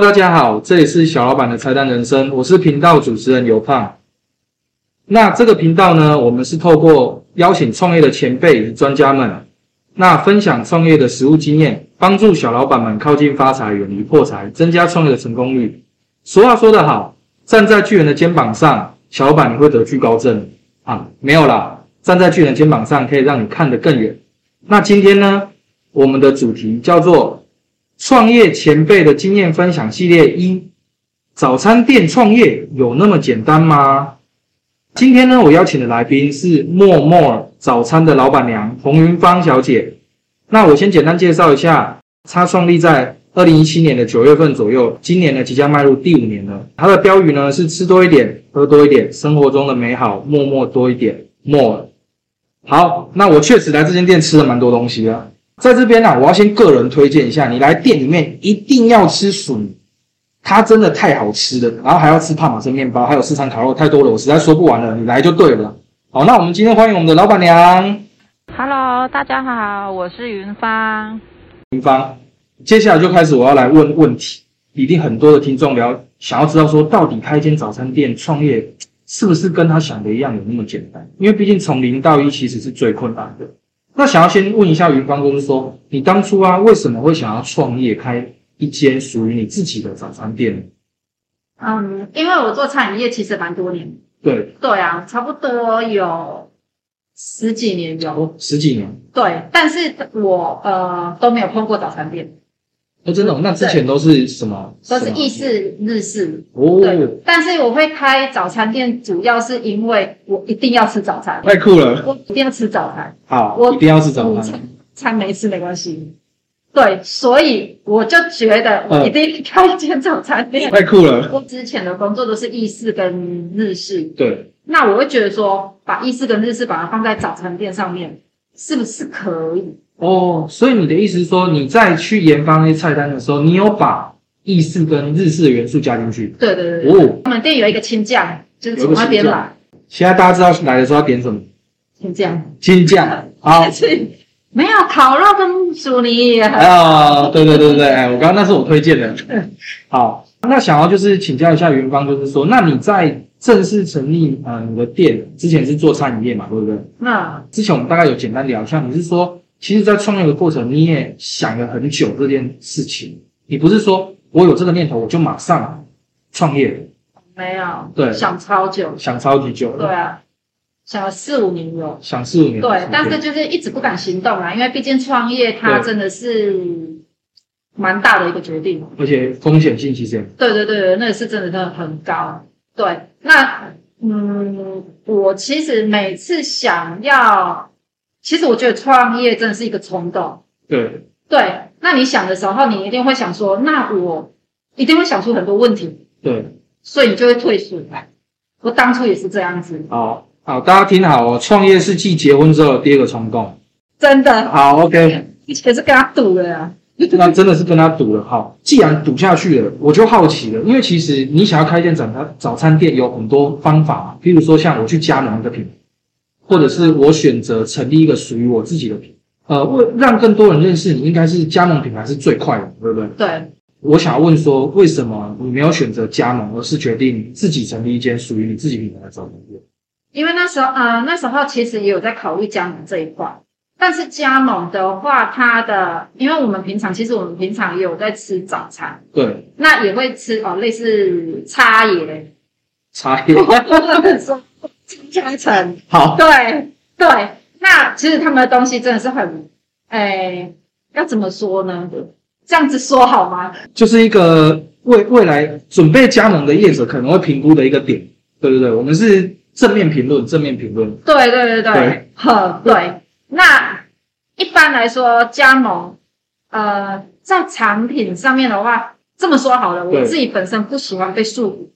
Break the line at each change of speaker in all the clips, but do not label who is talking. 大家好，这里是小老板的拆单人生，我是频道主持人尤胖。那这个频道呢，我们是透过邀请创业的前辈与专家们，那分享创业的实务经验，帮助小老板们靠近发财，远离破财，增加创业的成功率。俗话说得好，站在巨人的肩膀上，小老板你会得惧高症啊？没有啦，站在巨人肩膀上可以让你看得更远。那今天呢，我们的主题叫做创业前辈的经验分享系列一：早餐店创业有那么简单吗？今天呢，我邀请的来宾是默默早餐的老板娘洪云芳小姐。那我先简单介绍一下，她创立在二零一七年的九月份左右，今年呢即将迈入第五年了。它的标语呢是“吃多一点，喝多一点，生活中的美好默默多一点 ”，more。好，那我确实来这间店吃了蛮多东西啊。在这边啊，我要先个人推荐一下，你来店里面一定要吃薯泥，它真的太好吃了。然后还要吃帕玛森面包，还有市场烤肉，太多了，我实在说不完了，你来就对了。好，那我们今天欢迎我们的老板娘
Hello，大家好，我是云芳。
云芳。接下来就开始我要来问问题，一定很多的听众聊想要知道说，到底开一间早餐店创业是不是跟他想的一样有那么简单？因为毕竟从零到一其实是最困难的。那想要先问一下云芳，就是说你当初啊，为什么会想要创业开一间属于你自己的早餐店呢？
嗯，因为我做餐饮业其实蛮多年，
对，
对啊，差不多有十几年有。
哦，十几年，
对，但是我呃都没有碰过早餐店，
哦，真的哦，那之前都是什么？
都是
什么
意式、日式。
哦
对，，但是我会开早餐店，主要是因为我一定要吃早餐，
太酷了，
我一定要吃早餐，
好，
我
一定要吃早
午
餐
餐。餐没吃没关系。对，所以我就觉得
嗯
我一定开一间早餐店。
太酷了，
我之前的工作都是意式跟日式，
对，
那我会觉得说，把意式跟日式把它放在早餐店上面，是不是可以？
哦，所以你的意思是说，你在去研发那些菜单的时候，你有把意式跟日式的元素加进去？
对对对对，
哦，
我们店有一个青酱，就是从那边来
现在大家知道来的时候要点什么？
青酱，
金酱，好
但，是没有烤肉跟薯泥也很
啊，对对对对对，哎，我刚刚那是我推荐的。好，那想要就是请教一下元芳，就是说，那你在正式成立呃你的店之前是做餐饮业嘛，对不对？
那
之前我们大概有简单聊一下，你是说，其实，在创业的过程，你也想了很久这件事情，你不是说我有这个念头我就马上创业，
没有，
对
想超久，
想超级久
对
了，
啊，想了四五年有，
想四五年的时
对
间，，
但是就是一直不敢行动啦，因为毕竟创业它
对
真的是蛮大的一个决定。
而且风险性其实也
对对对，那个是真的真的很高。对，那嗯，我其实每次想要，其实我觉得创业真的是一个冲动。
对，
对，那你想的时候，你一定会想说，那我一定会想出很多问题，
对，
所以你就会退缩。我当初也是这样子，
好好，大家听好哦，创业是继结婚之后的第二个冲动。
真的，
好，OK。
以前是跟他赌的啊。
那真的是跟他赌了。好，既然赌下去了，我就好奇了，因为其实你想要开一间早餐早餐店有很多方法嘛，譬如说像我去加盟一个品牌，或者是我选择成立一个属于我自己的品牌，呃，为让更多人认识你，应该是加盟品牌是最快的，对不对？
对，
我想要问说，为什么你没有选择加盟，而是决定自己成立一间属于你自己品牌的早餐店？
因为那时候呃，那时候其实也有在考虑加盟这一块。但是加盟的话，它的，因为我们平常其实我们平常也有在吃早餐，
对，
那也会吃哦，类似叉爷，
差 异
说金嘉诚，
好，
对对。那其实他们的东西真的是很，哎，要怎么说呢？这样子说好吗？
就是一个未未来准备加盟的业者可能会评估的一个点，对对对，我们是正面评论，正面评论，
对对对对
对，
呵对。那一般来说，加盟，呃，在产品上面的话，这么说好了，我
对
自己本身不喜欢被束缚，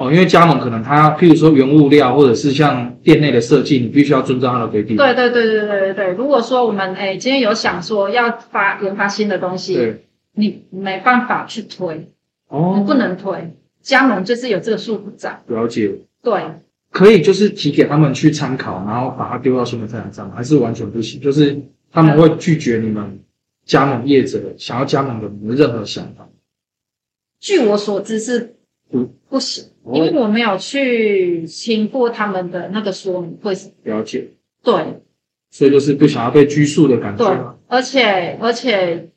哦，因为加盟可能它，譬如说原物料或者是像店内的设计，你必须要遵照它的规定，
对对对对对对对。如果说我们哎今天有想说要发研发新的东西，
对，
你没办法去推，
哦
你，不能推。加盟就是有这个束缚在，
了解，
对，
可以就是提给他们去参考，然后把它丢到新的菜单上，还是完全不行，就是他们会拒绝你们加盟业者想要加盟的任何想法，
据我所知是
不
不行，
哦
因为我没有去听过他们的那个说明会是，
了解，
对
所以就是不想要被拘束的感
对
觉。，
而且而且，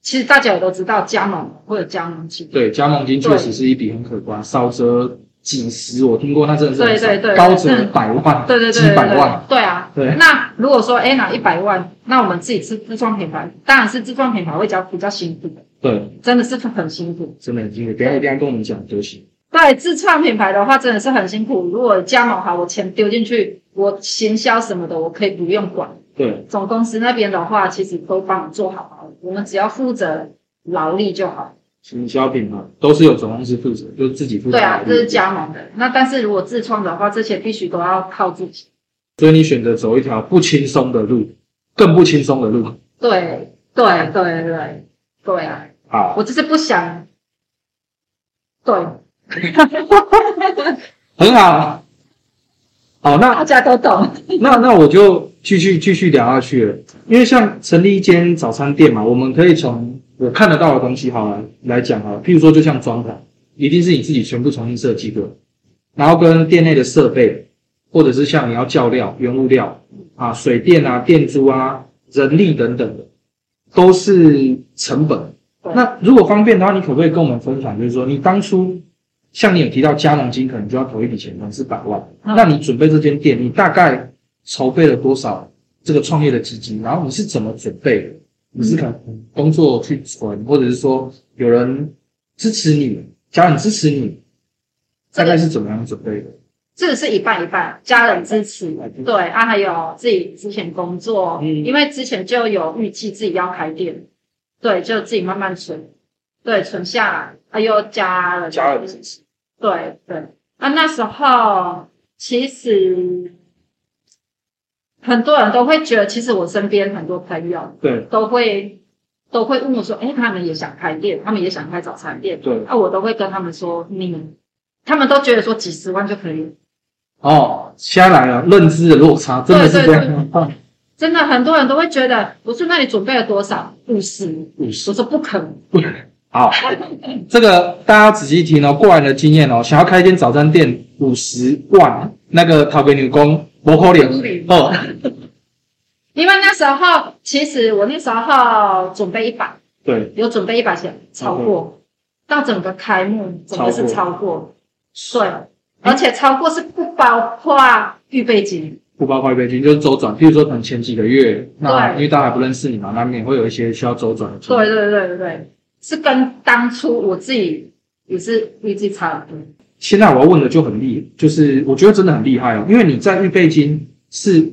其实大家也都知道加盟会有加盟金，
对，加盟金确实是一笔很可观，少则几十，我听过那真的是很少
对对对
高则百万，
对对对
几
对
百
对
万，，
对啊。
对，
那如果说哎拿一百万，那我们自己是自创品牌，当然是自创品牌会比较比较辛苦，
对，
真的是很辛苦。
真的很经典，不要一定要跟我们讲就行。
对，自创品牌的话真的是很辛苦。如果加盟好，我钱丢进去，我行销什么的我可以不用管。
对，
总公司那边的话，其实都帮我做好，我们只要负责劳力就好。
行销品牌都是由总公司负责，就是自己负责
对
来
啊
的。，
这是加盟的。那但是如果自创的话，这些必须都要靠自己。
所以你选择走一条不轻松的路，更不轻松的路。
对，对，对，对，对啊！
好，
我就是不想。对，
很好。好，那
大家都懂。
那那我就继续继续聊下去了，因为像成立一间早餐店嘛，我们可以从我看得到的东西好了来讲啊，譬如说就像装潢，一定是你自己全部重新设计过，然后跟店内的设备，或者是像你要叫料、原物料啊、水电啊、店租啊、人力等等的，都是成本。
对
那如果方便的话，你可不可以跟我们分享，就是说你当初像你有提到加盟金，可能就要投一笔钱，可能是百万。
嗯
那你准备这间店，你大概筹备了多少这个创业的基金？然后你是怎么准备的？你是可能工作去存，或者是说有人支持你，家人支持你，大
这个
概是怎么样准备的？
这个是一半一半，家人支持
嗯，
对啊，还有自己之前工作，
嗯
因为之前就有预计自己要开店，对，就自己慢慢存，对，存下来，啊还有家人，
家人支
持，对对，啊，那时候其实很多人都会觉得，其实我身边很多朋友
对
都会都会问我说，哎，他们也想开店，他们也想开早餐店，
对
啊，我都会跟他们说，你，他们都觉得说几十万就可以了。
哦，现在来了，认知的落差真的是
对
这
对
样。
真的很多人都会觉得，我说那你准备了多少？五十。
五十
我说不可能，
嗯好，这个大家仔细听哦，过来的经验哦，想要开一间早餐店，五十万，那个陶北女工不可能哦，
因为那时候其实我那时候准备一百，
对，
有准备一百钱，超
嗯
过，到整个开幕整个是超过，对，
嗯
而且超过是不包括预备金，
不包括备金，就是周转。譬如说，可能前几个月，那
对
因为大家还不认识你嘛，难免会有一些需要周转的。
对，对对对对，是跟当初我自己也是预计差不多，
现在我要问的就很厉，就是我觉得真的很厉害哦，因为你在预备金是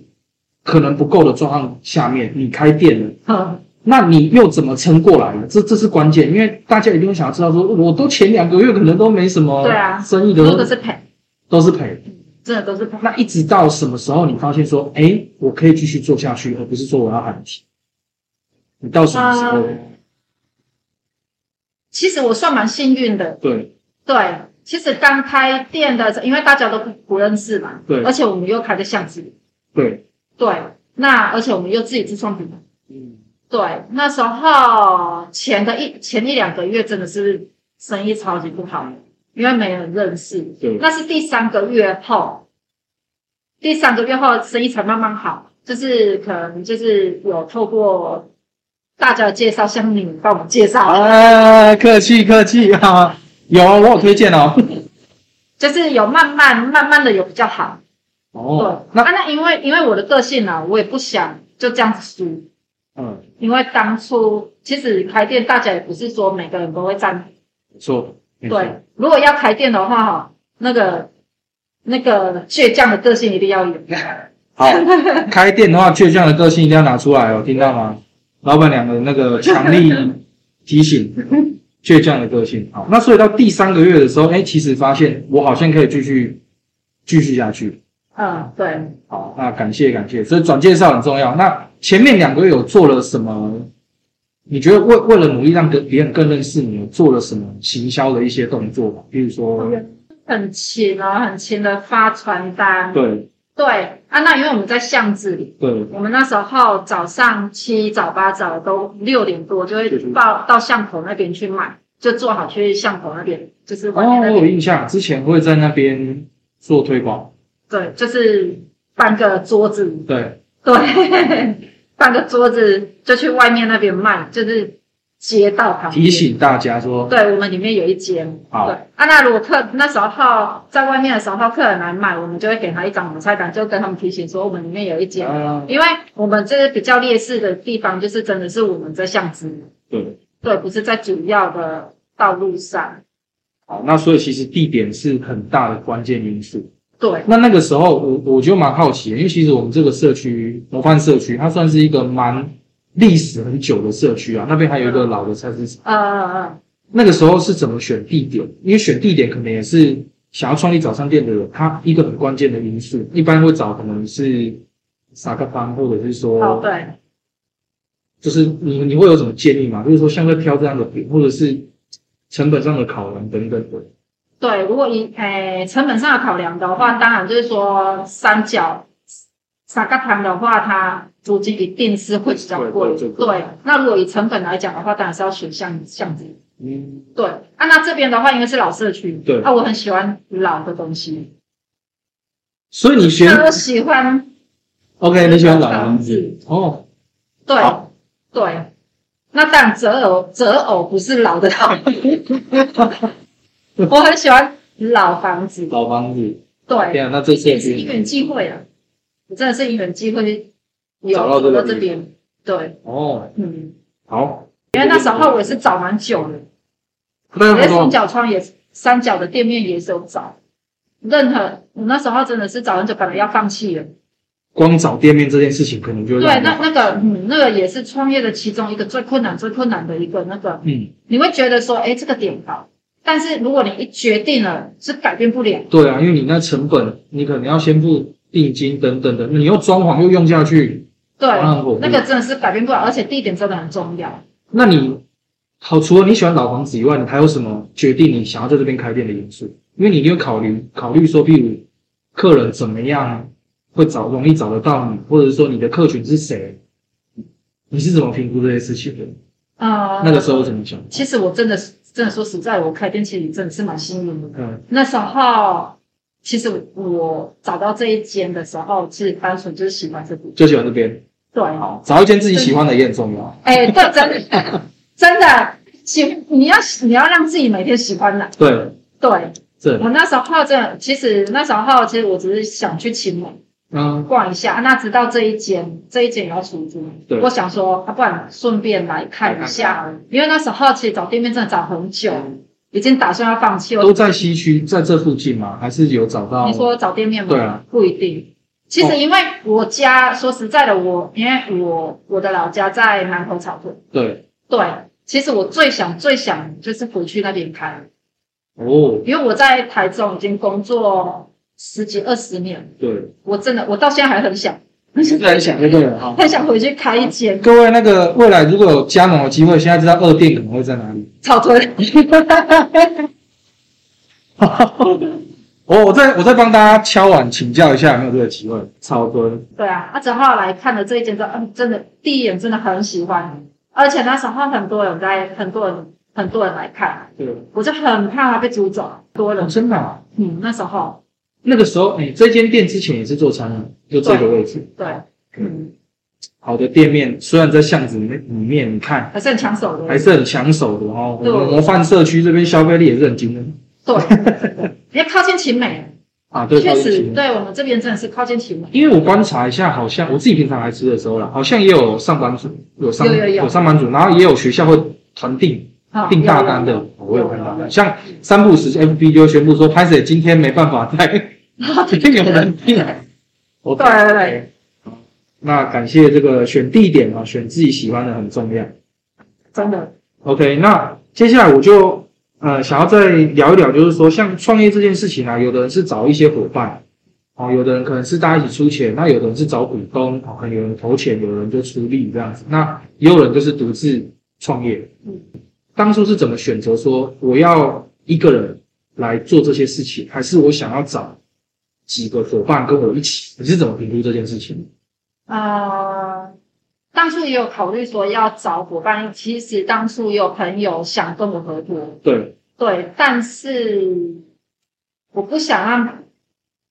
可能不够的状况下面，你开店了。
哼，
那你又怎么撑过来的？这这是关键，因为大家一定会想要知道说，我都前两个月可能都没什么
对啊
生意的，
这个是赔，
都是赔。
真的都是赔。
那一直到什么时候你发现说，哎，我可以继续做下去，而不是说我要喊停？你到什么时
啊
候？
其实我算蛮幸运的，
对
对，其实刚开店的时候，因为大家都不不认识嘛，
对
而且我们又开在巷子里，
对，
对，那而且我们又自己自创品牌，
嗯，
对，那时候前的一前一两个月真的是生意超级不好，因为没人认识，
对
那是第三个月后，第三个月后生意才慢慢好，就是可能就是有透过大家的介绍，像你帮我们介绍，
啊，客气客气哈，有我有推荐哦。
就是有慢慢慢慢的有比较好。
哦
对，，
那
啊，那因为因为我的个性啊，我也不想就这样子输，
嗯，
因为当初其实开店大家也不是说每个人都会站
不错，没错
对，如果要开店的话哈，那个那个倔强的个性一 定要有，
好，开店的话，倔强的个性一定要拿出来哦，听到吗？老板娘的那个强力提醒，倔强的个性。好，那所以到第三个月的时候，哎，其实发现我好像可以继续继续下去。
嗯，对，
好，那感谢感谢，所以转介绍很重要。那前面两个月有做了什么？你觉得为为了努力让更别人更认识你，有做了什么行销的一些动作吗？比如
哦
说，
很勤哦，很勤的发传单，
对
对啊，那因为我们在巷子里。
对
我们那时候早上七早八早都六点多就会
就是
到到巷口那边去卖，就做好去巷口那边，就是外
哦，
面
我
那
有
边，
印象，之前会在那边做推广，
对，就是搬个桌子，
对，
对， 搬个桌子就去外面那边卖，就是街道旁边
提醒大家说，
对，我们里面有一间。
好
对啊，那如果客那时候在外面的时候，客人来买，我们就会给他一张我们菜单，就跟他们提醒说我们里面有一间。
啊，
因为我们这比较劣势的地方，就是真的是我们在巷子，
对，
对，不是在主要的道路上。
好，那所以其实地点是很大的关键因素。
对，
那那个时候我我就蛮好奇的，因为其实我们这个社区模范社区，它算是一个蛮历史很久的社区啊，那边还有一个老的菜市场。
呃，
那个时候是怎么选地点？因为选地点可能也是想要创立早餐店的人，他一个很关键的因素，一般会找可能是沙克方，或者是说，
哦，对，
就是你你会有什么建议吗？就是说像在挑这样的饼，或者是成本上的考量等等的。
对，如果以诶成本上的考量的话，当然就是说三角沙咖糖的话，它租金一定是会比较
会
贵。
会最贵
对，那如果以成本来讲的话，当然是要选巷巷子
嗯，
对，啊，那这边的话，因为是老社区，
对
啊，我很喜欢老的东西，
所以你选
那我喜欢，
OK，你喜欢老房
房
子哦，
对
好
对，那当然择偶择偶不是老的好， 我很喜欢老房子，
老房子。
对，
天啊，那这次
也是因缘际会啊，我真的是因缘际会有
找到这个
这边，对，
哦，
嗯，
好。
因为那时候我也是找蛮久的，
那
我
他
在三
说
角窗也是三角的店面也是有找，任何我那时候真的是找很久，本来要放弃了。
光找店面这件事情，可能就会
对，
让
那那个嗯，那个也是创业的其中一个最困难、最困难的一个那个，
嗯，
你会觉得说，哎，这个点好，但是如果你一决定了，是改变不了。
对啊，因为你那成本，你可能要先付定金等等的，你又装潢又用下去，
对，
嗯我
那个真的是改变不了，而且地点真的很重要。
那你好，除了你喜欢老房子以外，你还有什么决定你想要在这边开店的因素？因为你一定会考虑考虑说，譬如客人怎么样会找容易找得到你，或者是说你的客群是谁，你是怎么评估这些事情的？
啊、
那个时候怎么想？
其实我真的是真的说实在，我开店其实真的是蛮幸运的。
嗯，
那时候，其实我我找到这一间的时候，其实单纯就是喜欢这里。
就喜欢这边，
对，哦
好，找一间自己喜欢的也很重要。
哎，对，真的真的，喜你要你要让自己每天喜欢来。
对，
对，
这
我那时候真的，其实那时候其实我只是想去秦美
嗯，
逛一下，啊那直到这一间这一间也要出租
对，
我想说，啊、不然顺便来看一下，因为那时候其实找店面真的找很久，已经打算要放弃了
都。在西区，在这附近吗？还是有找到？
你说找店面吗？
对啊，
不一定。其
哦
实因为我家、说实在的我，因为我我的老家在南头草屯，
对，
对，其实我最想最想就是回去那边开，
哦，
因为我在台中已经工作十几二十年了。
对，
我真的，我到现在还很想，
现在很想哦就对了哈。
很想回去开一间
各位，那个未来如果有加盟的机会，现在知道二店可能会在哪 里？
草屯。
哦，我再我再帮大家敲碗请教一下，有没有这个机会？草根，
对啊，啊，之后来看了这一间之后，嗯，真的第一眼真的很喜欢，而且那时候很多人在，很多人很多人来看，
对，
我就很怕他被租走，多
哦
人。
真的啊、
嗯，那时候
那个时候，哎、这间店之前也是做餐饮，就这个位置。
对，嗯，
好的店面，虽然在巷子里面，里面你看
还是很抢手的。
还是很抢手的哦。我
嗯对
们模范社区这边消费力也是很惊人
对，你要靠近秦美，
啊，对，
确
超级
实，
惊人
对我们这边真的是靠近秦美。
因为我观察一下，好像我自己平常来吃的时候啦，好像也有上班族，有上
有有有
上班族，然后也有学校会团订
啊
订大单的，我有
有
看到
有。有
像三不时 FB 就会宣布说，拍谁今天没办法 带，
啊
一定 有人订。对
对对对。
那感谢这个选地点啊，选自己喜欢的很重要。
真的，
OK，那接下来我就呃想要再聊一聊，就是说像创业这件事情啊，有的人是找一些伙伴，哦，有的人可能是大家一起出钱，那有的人是找股东，哦，可能有人投钱，有人就出力这样子，那也有人就是独自创业。
嗯，
当初是怎么选择说我要一个人来做这些事情，还是我想要找几个伙伴跟我一起？你是怎么评估这件事情？
啊，当初也有考虑说要找伙伴，其实当初也有朋友想跟我合作，
对，
对，但是我不想让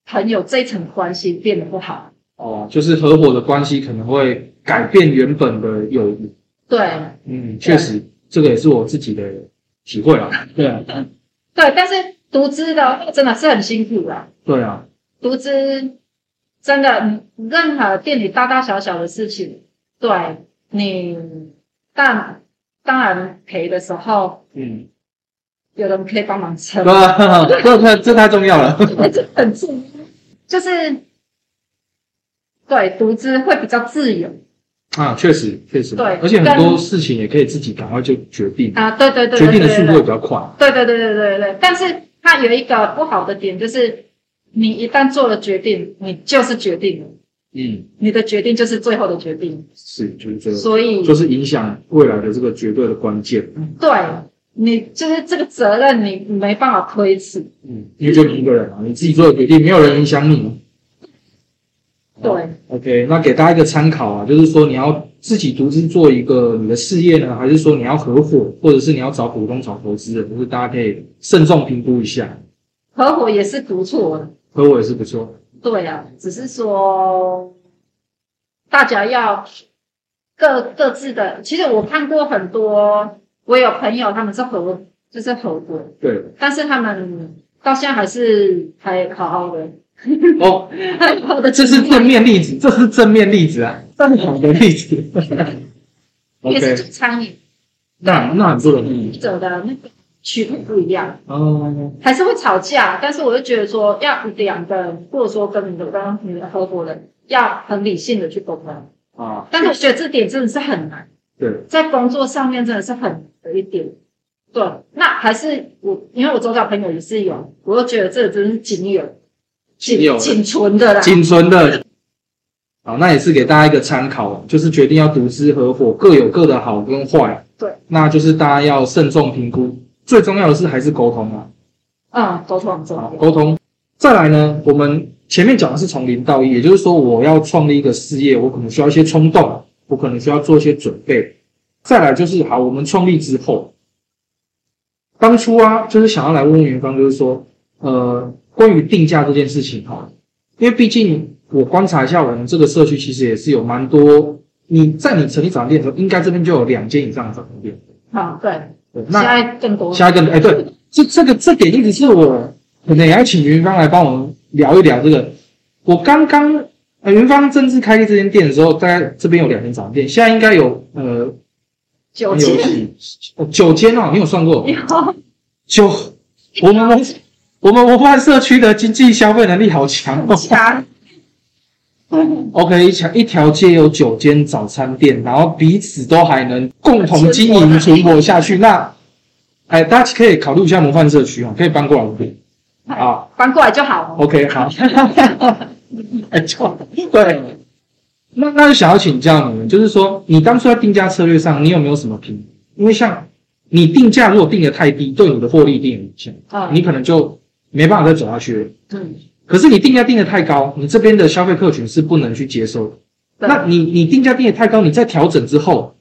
朋友这一层关系变得不好，
哦，就是合伙的关系可能会改变原本的友谊。
对，
嗯，确实，这个也是我自己的体会啊。 对啊，
对，但是独资的真的是很辛苦啦，
对啊，
独资真的你任何店里大大小小的事情，对你，但当然赔的时候，
嗯，
有人可以帮忙撑
对，啊，这太这太重要了。
这很重要，就是对独资会比较自由
啊，确实确实，
对
而且很多
跟
事情也可以自己赶快就决定，
啊，对对对
决
对
定的
对
速
对
度会
对
比较快。
对对对对对对，但是它有一个不好的点就是，你一旦做了决定，你就是决定了，
嗯，
你的决定就是最后的决定。
是，就是这个，
所以
就是影响未来的这个绝对的关键。
对你就是这个责任，你没办法推辞。
嗯，因为就你一个人啊，你自己做的决定，没有人影响你。
对，
OK，那给大家一个参考啊，就是说你要自己独自做一个你的事业呢，还是说你要合伙，或者是你要找股东、找投资人，就是大家可以慎重评估一下。
合伙也是不错的。
合伙也是不错，
对啊，只是说大家要各各自的。其实我看过很多，我有朋友他们是合，就是合伙，
对
但是他们到现在还是还好好的，
哦，
还好 的。
这是正面例子，这是正面例子啊，正好的例子。
也是
OK，
做餐饮
那那很不容易
者的那个取路不一样。
哦，
还是会吵架，但是我就觉得说，要两个人，或者说跟你的跟你的合伙人，要很理性的去沟通。
啊，
但是我觉得这点真的是很难，
对，
在工作上面真的是很难的一点。对，啊那还是我，因为我周遭朋友也是有，我就觉得这真是仅有、
仅有的
仅存的啦。
仅存的。好，那也是给大家一个参考，就是决定要独资合伙，各有各的好跟坏。
对，
那就是大家要慎重评估，最重要的是还是沟通啊，
嗯，沟通很重
好
要。
沟通。再来呢，我们前面讲的是从零到一，也就是说我要创立一个事业，我可能需要一些冲动，我可能需要做一些准备。再来就是好，我们创立之后，当初啊，就是想要来问问元芳，就是说，呃，关于定价这件事情哈，因为毕竟我观察一下，我们这个社区其实也是有蛮多，你在你成立早餐店的时候，应该这边就有两间以上的早餐店。
好，嗯对，
对那
现在更多。
下一个，哎，对，这这个这点一直是我可能也要请云芳来帮我们聊一聊这个。我刚刚呃，云芳正式开业这间店的时候，大概这边有两间早餐店，现在应该有呃
九
有
千，
几哦九间哦，你有算过
以后
九？我们文我们文化社区的经济消费能力好强哦
很。强。
OK，一条一条街有九间早餐店，然后彼此都还能共同经营存活下去，那哎，大家可以考虑一下模范社区哦，可以搬过来这边。 啊
翻过来就好了。
，OK，好，哎，错，对，那那就想要请教你们，就是说你当初在定价策略上，你有没有什么评？因为像你定价如果定的太低，对你的获利一定有影响，
嗯
你可能就没办法再走下去了。
嗯，
可是你定价定的太高，你这边的消费客群是不能去接受的。
对
那你你定价定的太高，你在调整之后，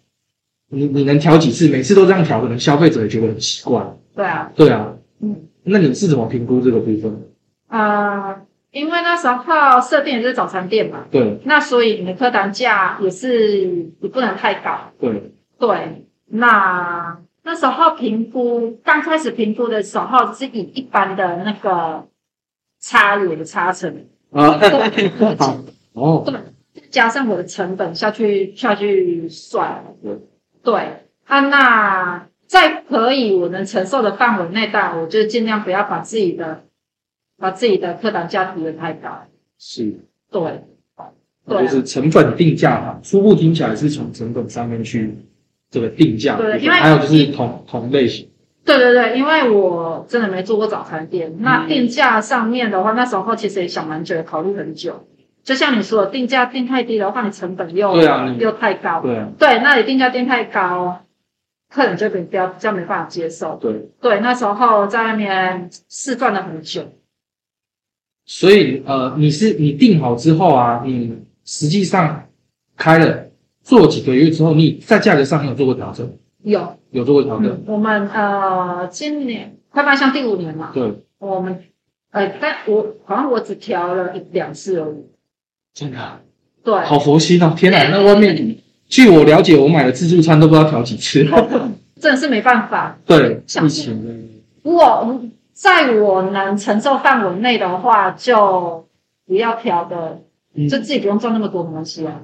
你你能调几次？每次都这样调，可能消费者也觉得很奇怪。
对啊。
对啊，
嗯，
那你是怎么评估这个部分的？
呃，因为那时候设定也是早餐店嘛，
对
那所以你的客单价也是也不能太高。
对，
对，那那时候评估刚开始评估的时候是以一般的那个差额的差成，
啊，
对
好哦，
对，加上我的成本下去下去算
对。
对啊，那在可以我能承受的范围内，当然我就尽量不要把自己的把自己的客单价提得太高。
是，
对。对啊
就是成本定价嘛，初步听起来是从成本上面去这个定价的部分，
对因为
还有就是同同类型，
对对对，因为我真的没做过早餐店，
嗯
那定价上面的话，那时候其实也想蛮久，考虑很久。就像你说的，定价定太低的话，你成本又
对啊你
又太高。
对啊，
对，那你定价定太高，客人就比较比较没办法接受。
对，
对，那时候在那边试赚了很久。
所以呃，你是你定好之后啊，你实际上开了，做几个月之后，你在价格上你有做过调整？
有，
有做过调整？
嗯，我们呃今年快迈向第五年嘛，
对，
我们呃，但我好像我只调了一两次而已。
真的啊
对，
好佛心哦！天哪，那外面据我了解，我买的自助餐都不知道调几次。
哦 真的是没办法。
对，
像
疫情的
如果在我能承受范围内的话，就不要调的，
嗯
就自己不用赚那么多没关系啊。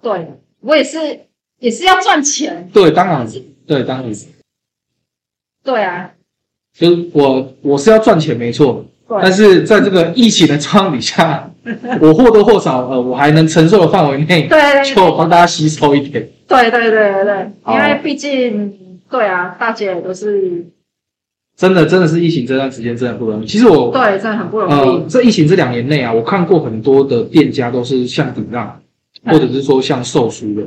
对我也是，也是要赚钱。
对，当然，对，当然，
对啊，
就是我我是要赚钱没错，但
对，
是在这个疫情的状况底 下，我或多或少呃，我还能承受的范围内，
对
就帮大哦家吸收一点。
对对对对对，
好
因为毕竟对啊，大姐也都是
真的，真的是疫情这段时间真的不容易。其实我
对，真的很不容
呃，
易。
这疫情这两年内啊，我看过很多的店家都是像顶让，
嗯
或者是说像售书的。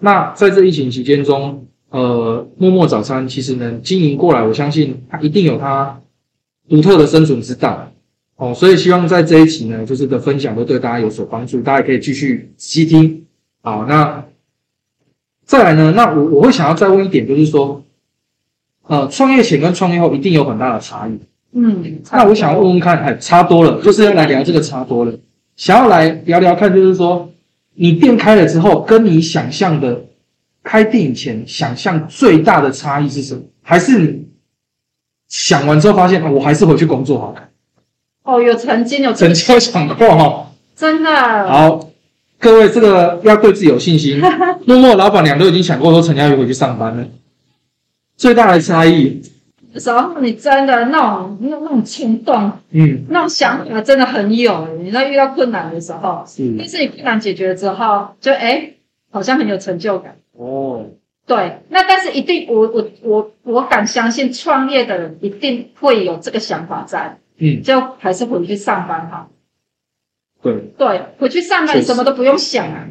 那在这疫情期间中，呃，默默早餐其实能经营过来，我相信它一定有它独特的生存之道。哦，所以希望在这一期呢，就是的分享都对大家有所帮助，大家可以继续仔细听。好，那再来呢，那我我会想要再问一点，就是说，呃，创业前跟创业后一定有很大的差异。
嗯，
那我想要问问看，哎，差多了，就是要来聊这个差多了，想要来聊聊看，就是说你店开了之后，跟你想象的开店以前想象最大的差异是什么？还是你想完之后发现，啊我还是回去工作好了？
哦，有曾经有
曾经有想过哈、
真的
好，各位这个要对自己有信心。默默老板娘都已经想过说陈佳瑜回去上班了，最大的差异，
时候，你真的那种那那种冲动，
嗯，
那种想法真的很有。你在遇到困难的时候，
是
但是你困难解决之后，就哎，好像很有成就感。
哦，
对，那但是一定，我我我我敢相信，创业的人一定会有这个想法在，
嗯，
就还是回去上班好。
对。
对，回去上班
确
你
实
什么都不用想啊。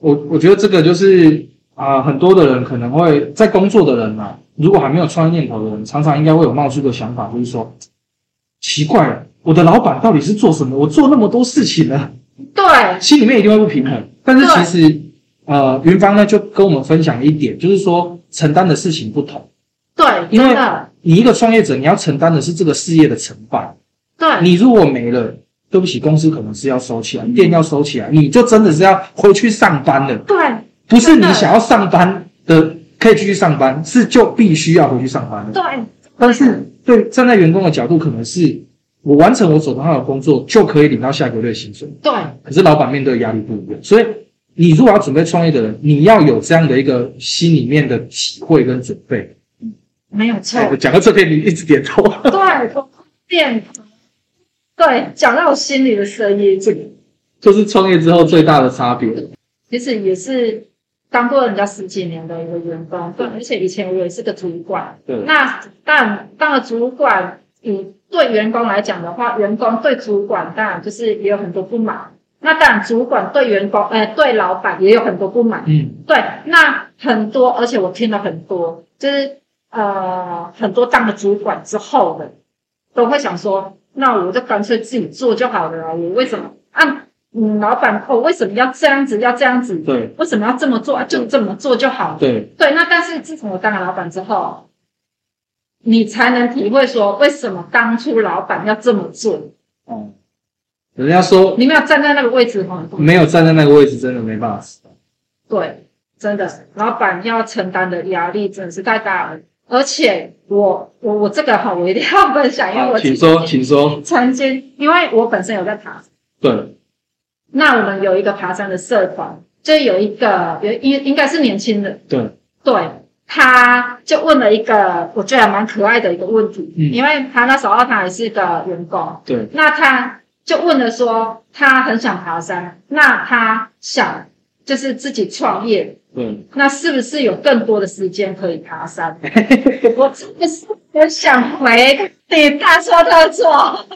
我我觉得这个就是啊、很多的人可能会在工作的人啊，如果还没有创业念头的人，常常应该会有冒出的想法，就是说，奇怪，我的老板到底是做什么？我做那么多事情呢，
对，
心里面一定会不平衡。但是其实，呃，云芳呢就跟我们分享一点，就是说承担的事情不同。
对，
因为
真的，
你一个创业者，你要承担的是这个事业的成败。
对，
你如果没了，对不起，公司可能是要收起来，店要收起来，你就真的是要回去上班了。
对，
不是你想要上班的可以继续上班，是就必须要回去上班的。
对，
但是对站在员工的角度，可能是我完成我手头上的工作就可以领到下个月的薪水，
对，
可是老板面对的压力不一样，所以你如果要准备创业的人，你要有这样的一个心里面的体会跟准备。哎
没有错。
讲到这边，你一直点头，
对，我变，对，讲到我心里的声音，
这个就是创业之后最大的差别。
其实也是当过人家十几年的一个员工，对，而且以前我也是个主管，
对
那但当了主管，你对员工来讲的话，员工对主管当然就是也有很多不满，那当然主管对员工，呃，对老板也有很多不满。
嗯，
对，那很多，而且我听了很多，就是呃，很多当了主管之后的，都会想说，那我就干脆自己做就好了啊，我为什么按嗯老板我为什么要这样子，要这样子，
对
为什么要这么做啊？就这么做就好了。
对，
对，那但是自从我当了老板之后，你才能体会说，为什么当初老板要这么做？
哦，人家说
你们要站在那个位置哦哈，
没有站在那个位置，真的没办法死。
对，真的，老板要承担的压力真的是太大了。而且我我我这个哈，我一定要分享，因为哎我
请
曾
说，
经
请说，
曾经，因为我本身有在爬，
对。
那我们有一个爬山的社团，就有一个有应应该是年轻人，
对，
对，他就问了一个我觉得还蛮可爱的一个问题，
嗯
因为他那时候他还是个员工，
对，
那他就问了说，他很想爬山，那他想就是自己创业，
对，
那是不是有更多的时间可以爬山？我真的是很想回你大错特错。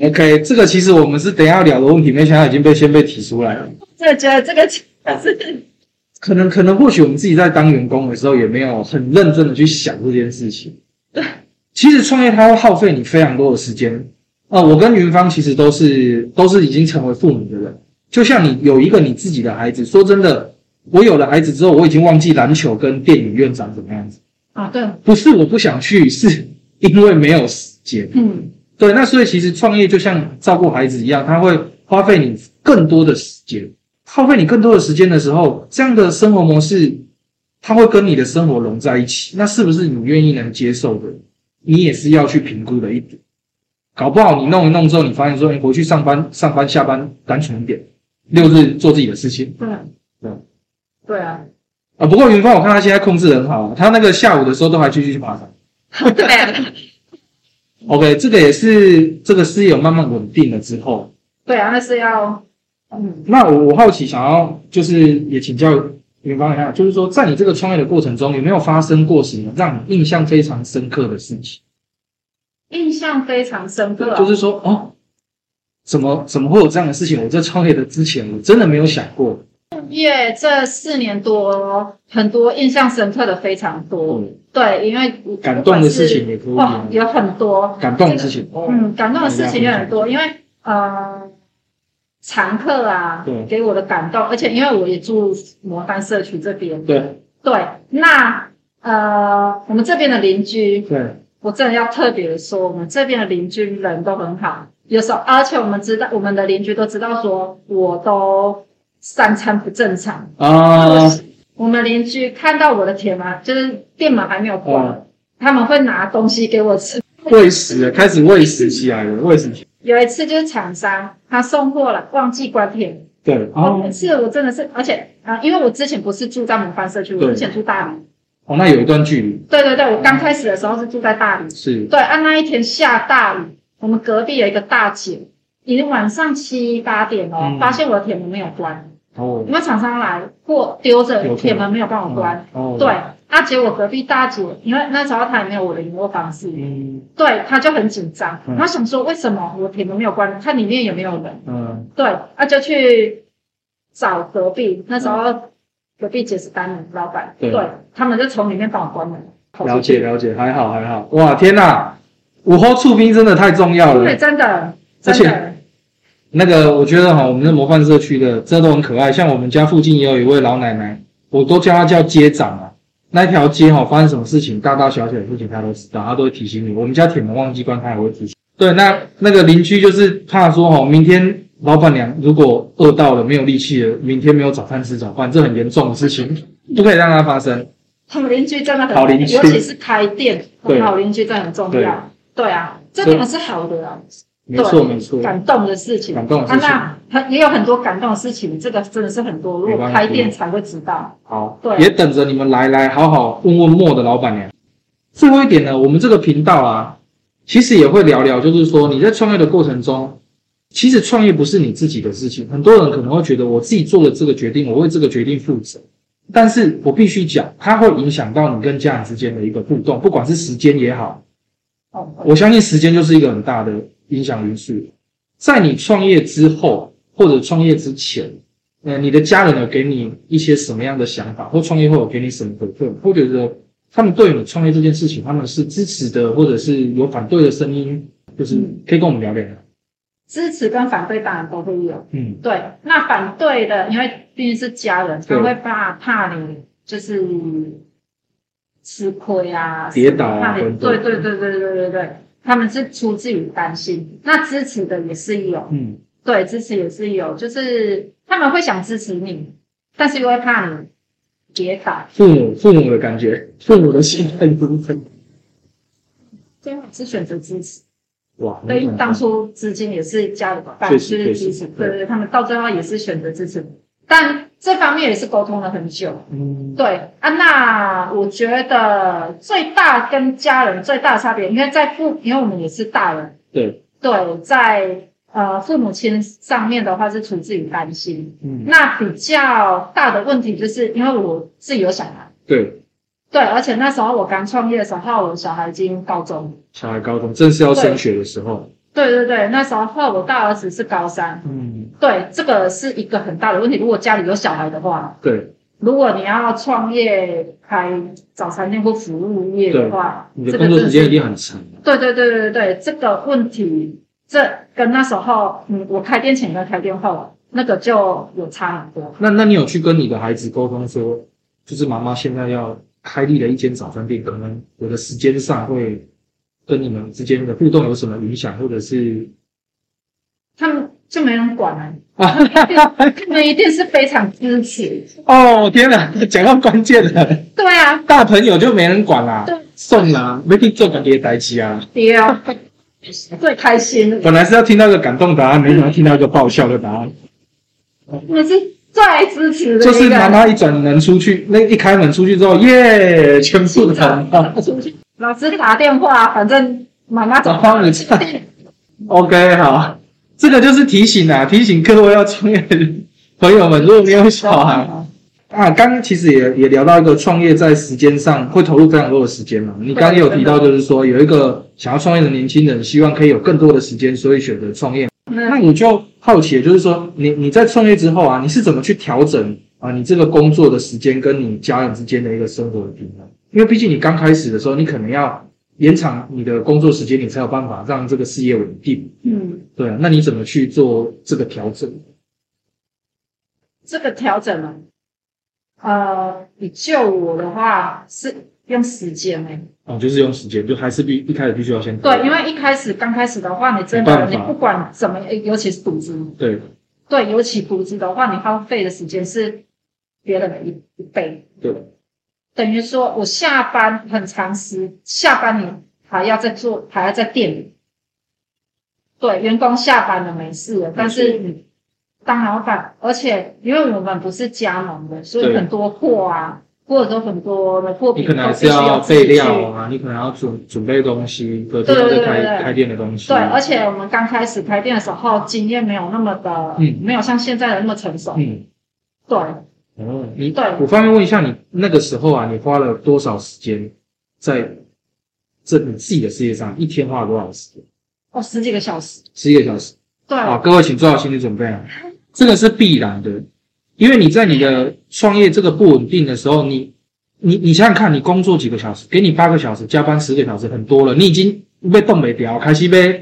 OK，这个其实我们是等一下要聊的问题，没想到已经被先被提出来了。
真的觉得这个真的是
可能可能或许我们自己在当员工的时候，也没有很认真的去想这件事情。其实创业它会耗费啊你非常多的时间。呃，我跟云芳其实都是都是已经成为父母的人，就像你有一个你自己的孩子，说真的，我有了孩子之后，我已经忘记篮球跟电影院长什么样子。
啊，对，
不是我不想去，是因为没有解
嗯，
对，那所以其实创业就像照顾孩子一样，他会花费你更多的时间，耗费你更多的时间的时候，这样的生活模式，它会跟你的生活融在一起。那是不是你愿意能接受的？你也是要去评估的一点。搞不好你弄一弄之后，你发现说，哎你回去上班、上班、下班单纯一点，六日做自己的事情
对，
对，
对啊，
啊。不过云帆，我看他现在控制得很好啊，他那个下午的时候都还继续去爬山。
对，啊
OK，这个也是这个事业有慢慢稳定了之后，
对啊，那是要，嗯，
那我我好奇，想要就是也请教云芳一下，就是说在你这个创业的过程中，有没有发生过什么让你印象非常深刻的事情？
印象非常深刻啊、
就是说，哦，怎么怎么会有这样的事情？我在创业的之前，我真的没有想过。
业这四年多，很多印象深刻的非常多。
嗯
对，因为
感动的事情也可以
哇
啊，
有很多。
感动的事情，嗯
嗯，感动的事情也很多，因为呃，常客啊
对，
给我的感动，而且因为我也住摩丹社区这边，
对
对，那呃，我们这边的邻居，
对
我真的要特别的说，我们这边的邻居人都很好，有时候，而且我们知道，我们的邻居都知道说，我都三餐不正常。
啊，
我们邻居看到我的铁门，就是店门还没有关，
哦
他们会拿东西给我吃。
喂食了，开始喂食起来了，喂食起来，
有一次就是厂商他送货了，忘记关铁门。
对，
哦，
哦
是我真的是，而且啊、因为我之前不是住在模范社区，我
对
之前住大理。
哦，那有一段距离
对对对，我刚开始的时候是住在大理。
是
对，啊，那一天下大雨，我们隔壁有一个大姐，已经晚上七八点哦，
嗯
发现我的铁门没有关，
哦
因为厂商来过丢
有可
着
能
铁门没有帮我关，
哦
对，啊，结果隔壁大姐，因为那时候她也没有我的联络方式，
嗯
对，她就很紧张
嗯，
她想说为什么我铁门没有关，看里面有没有人，
嗯
对，啊就去找隔壁，那时候隔壁姐是单人老板，
对
他们就从里面帮我关门，跑
了
出
解
去，
了解，还好还好。哇，天哪，午后出兵真的太重要
对，
了。
真的，
而
真
且
的，
那个我觉得哈，我们的模范社区的真的都很可爱，像我们家附近也有一位老奶奶，我都叫她叫街长啊。那一条街哈、发生什么事情，大大小小的事情她都知道，她都会提醒你。我们家铁门忘记关，她也会提醒。对，那那个邻居就是怕说哈、明天老板娘如果饿到了没有力气了，明天没有早餐吃早饭，这很严重的事情，不可以让它发生。
他们邻居真的很
好邻居
尤其是开店，
对
好邻居真的很重
对
要，对啊，这点是好的啊。
没错
对
没错，
感动的事情，
感动的事情
啊、那很也有很多感动的事情，这个真的是很多，如
没
果
关系
开店才会知道。
好，
对
也等着你们来来好好问问莫的老板娘。最后一点呢，我们这个频道啊，其实也会聊聊，就是说你在创业的过程中，其实创业不是你自己的事情，很多人可能会觉得我自己做了这个决定，我为这个决定负责，但是我必须讲，它会影响到你跟家人之间的一个互动，不管是时间也好，
哦，
我相信时间就是一个很大的影响因素。在你创业之后或者创业之前，呃，你的家人有给你一些什么样的想法，或创业后有给你什么回馈？或者说他们对你创业这件事情，他们是支持的，或者是有反对的声音，就是可以跟我们聊聊。
支持跟反对当然都会有，
嗯，
对。那反对的，因为毕竟是家人，
对
他会怕怕你就是吃亏啊，
跌倒啊
怕你
等等
对对对对对对对，他们是出自于担心。那支持的也是有，
嗯，
对，支持也是有，就是他们会想支持你，但是又会怕你跌倒。
父母父母的感觉，父母的心态如何？
最后是选择支持，
哇，
所以当初资金也是家里
嗯
办，
确
就
实
是支持，
确实
对对，对他们到最后也是选择支持，但这方面也是沟通了很久。
嗯，
对啊，那我觉得最大跟家人最大的差别，因为在父，因为我们也是大人，
对，
对，在呃父母亲上面的话是出自于担心。
嗯，
那比较大的问题就是因为我自己有小孩，
对，
对，而且那时候我刚创业的时候，我小孩已经高中了。
小孩高中正是要升学的时候，
对对对，那时候我大儿子是高三，
嗯，
对，这个是一个很大的问题。如果家里有小孩的话，
对，
如果你要创业开早餐店或服务业的话，
你
这
的
个
工作时间一
真的是
定很长。
对对对对对，这个问题，这跟那时候嗯，我开店前跟开店后，那个就有差很多。
那那你有去跟你的孩子沟通说，就是妈妈现在要开立了一间早餐店，可能我的时间上会跟你们之间的互动有什么影响，或者是
他们就没人管了、
啊？
他们一定是非常支持。
哦，天哪，讲到关键了，
对啊，
大朋友就没人管啦、
对
送啦，没去做个爹代志啊。
对 啊，最开心了，
本来是要听到一个感动答案，没想到听到一个爆笑的答案，
你是最支持的一
就
个。
是嗯妈妈一转门出去，那一开门出去之后，耶，全部
出
人啊
去，老师打电话，反正妈 妈
找
总
方宇灿。OK，好，这个就是提醒啊，提醒各位要创业的朋友们，如果没有小 孩啊，刚刚其实也也聊到一个创业在时间上会投入非常多的时间嘛。你刚刚也有提到，就是说有一个想要创业的年轻人，希望可以有更多的时间，所以选择创业。那
那
你就好奇，就是说你你在创业之后啊，你是怎么去调整啊你这个工作的时间跟你家人之间的一个生活的平衡？因为毕竟你刚开始的时候，你可能要延长你的工作时间，你才有办法让这个事业稳定。
嗯，
对啊，那你怎么去做这个调整？
这个调整呢，呃，你救我的话是用时间哎、
哦，就是用时间，就还是必一开始必须要先
对，因为一开始刚开始的话，你真
没
的
办法
你不管怎么，尤其是独资，
对
对，尤其独资的话，你花费的时间是别人的一一倍，
对
等于说我下班很长时，下班你还要再做，还要在店里。对，员工下班了没事了，但是你当老板，而且因为我们不是加盟的，所以
对
很多货啊，或者说很多的货
你
品
可能还
都
是
必须
要
自己
备料
去
啊，你可能要准准备东西，隔天
对
要
对
再
对
开
对
开店的东西。
对，而且我们刚开始开店的时候，经验没有那么的，
嗯
没有像现在的那么成熟。
嗯，
对，
哦，你
对
我方便问一下，你那个时候啊，你花了多少时间在这你自己的事业上？一天花了多少时间？
哦，十几个小时。
十一个小时。
对，
啊，各位请做好心理准备啊，这个是必然的，因为你在你的创业这个不稳定的时候，你你你想想看，你工作几个小时，给你八个小时，加班十个小时，很多了，你已经被冻没掉，开始被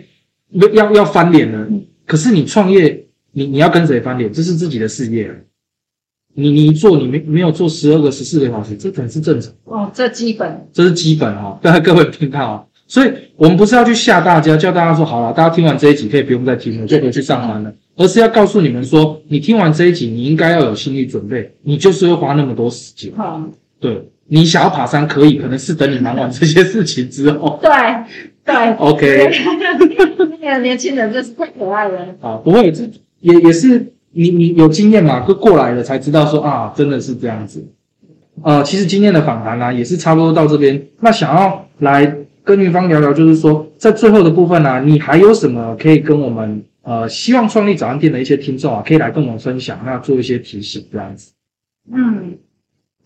被要要翻脸了。可是你创业，你你要跟谁翻脸？这是自己的事业啊，你你一做你没没有做十二个十四个小时，这可能是正常。
哦，这基本
这是基本哦，大家各位听到哦。所以我们不是要去吓大家，叫大家说好了，大家听完这一集可以不用再听了，就回去上班了，而是要告诉你们说，你听完这一集，你应该要有心理准备，你就是会花那么多时间。
嗯，
对你想要爬山可以，可能是等你忙完这些事情之后。
对对。
OK，
那个年轻人真是太可爱了。
啊，不会，这也也是你你有经验嘛，过过来了才知道说啊，真的是这样子。呃，其实今天的访谈啊呢、也是差不多到这边。那想要来跟玉芳聊聊，就是说在最后的部分呢、啊你还有什么可以跟我们呃希望创立早餐店的一些听众啊，可以来跟我们分享，那做一些提醒这样子。
嗯，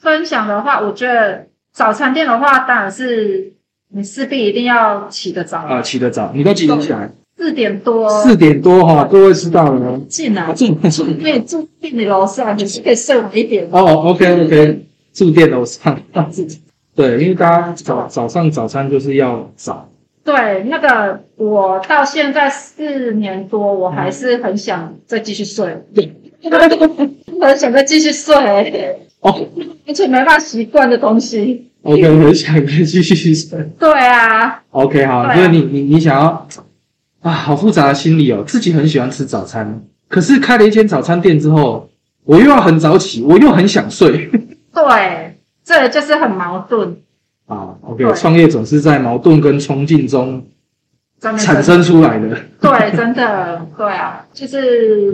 分享的话，我觉得早餐店的话，当然是你势必一定要起得早，
啊、起得早，你都几点起来？
四点多
四点多哈、各位知道了吗？
进来
啊，，这
因为住店里楼上，你是可以睡晚一点。
哦，OK OK，住店楼上。
自己
对，因为大家早早上早餐就是要早。
对，那个我到现在四年多，我还是很想再继续睡，很想再继续睡，
哦
而且没办法习惯的东西。
，OK，很 想继续生。
对啊，
OK，好，
对啊
就是你你你想要啊，好复杂的心理哦。自己很喜欢吃早餐，可是开了一间早餐店之后，我又要很早起，我又很想睡
对，这就是很矛盾，
啊。OK，
对
创业总是在矛盾跟冲劲中
真的是
产生出来的。
对，真的，对啊，就是，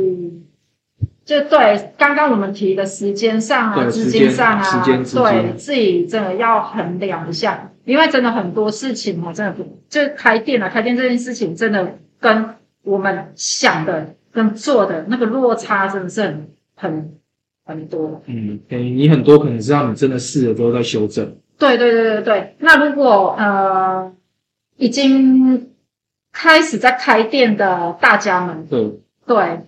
就对，刚刚我们提的时间上啊，
对
资金上
时
啊，
间时间
对
资
自己真的要衡量一下，因为真的很多事情我真的不，就开店啊，开店这件事情真的跟我们想的跟做的那个落差真的是很很很多。
嗯，等于你很多可能是让你真的试了之后再修正。
对对对对对，那如果呃已经开始在开店的大家们，
对，
对，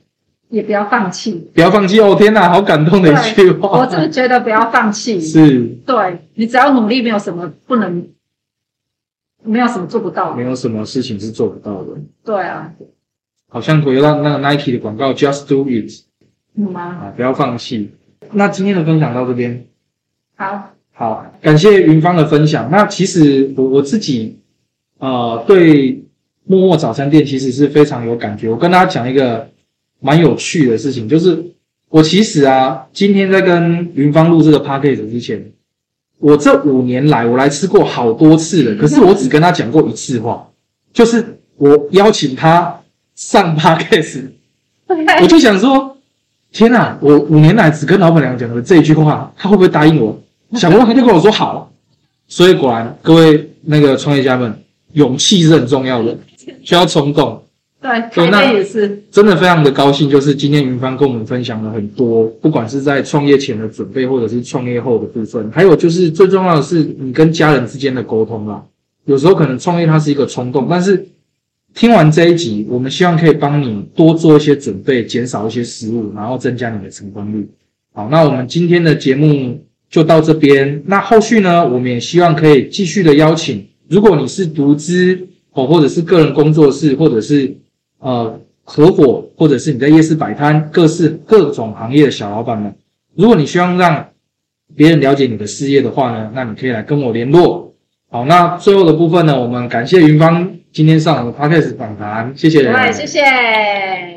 也不要放弃。
不要放弃哦！天哪，好感动的一句话。
我真的觉得不要放弃。
是
对你只要努力，没有什么不能，没有什么做不到
没。有什么事情是做不到的。
对啊，
好像回到那个 Nike 的广告 “Just Do It”。
嗯吗？
啊，不要放弃。那今天的分享到这边，
好，
好，感谢云芳的分享。那其实我我自己，呃，对默默早餐店其实是非常有感觉。我跟大家讲一个蛮有趣的事情，就是我其实啊，今天在跟云芳录这个 p a c k a g e 之前，我这五年来我来吃过好多次了，可是我只跟他讲过一次话，就是我邀请他上 p a c k a g e 我就想说，天哪、我五年来只跟老板娘讲了这一句话，他会不会答应我？想不到他就跟我说好，所以果然各位那个创业家们，勇气是很重要的，需要冲动。
对，
对
台
那
北也是，
真的非常的高兴，就是今天云帆跟我们分享了很多，不管是在创业前的准备，或者是创业后的部分，还有就是最重要的是你跟家人之间的沟通啦。有时候可能创业它是一个冲动，但是听完这一集，我们希望可以帮你多做一些准备，减少一些失误，然后增加你的成功率。好，那我们今天的节目就到这边。那后续呢，我们也希望可以继续的邀请，如果你是独资哦，或者是个人工作室，或者是呃合伙，或者是你在夜市摆摊，各式各种行业的小老板们，如果你希望让别人了解你的事业的话呢，那你可以来跟我联络。好，那最后的部分呢，我们感谢云芳今天上我们的 podcast 访谈，谢谢。
对，谢谢。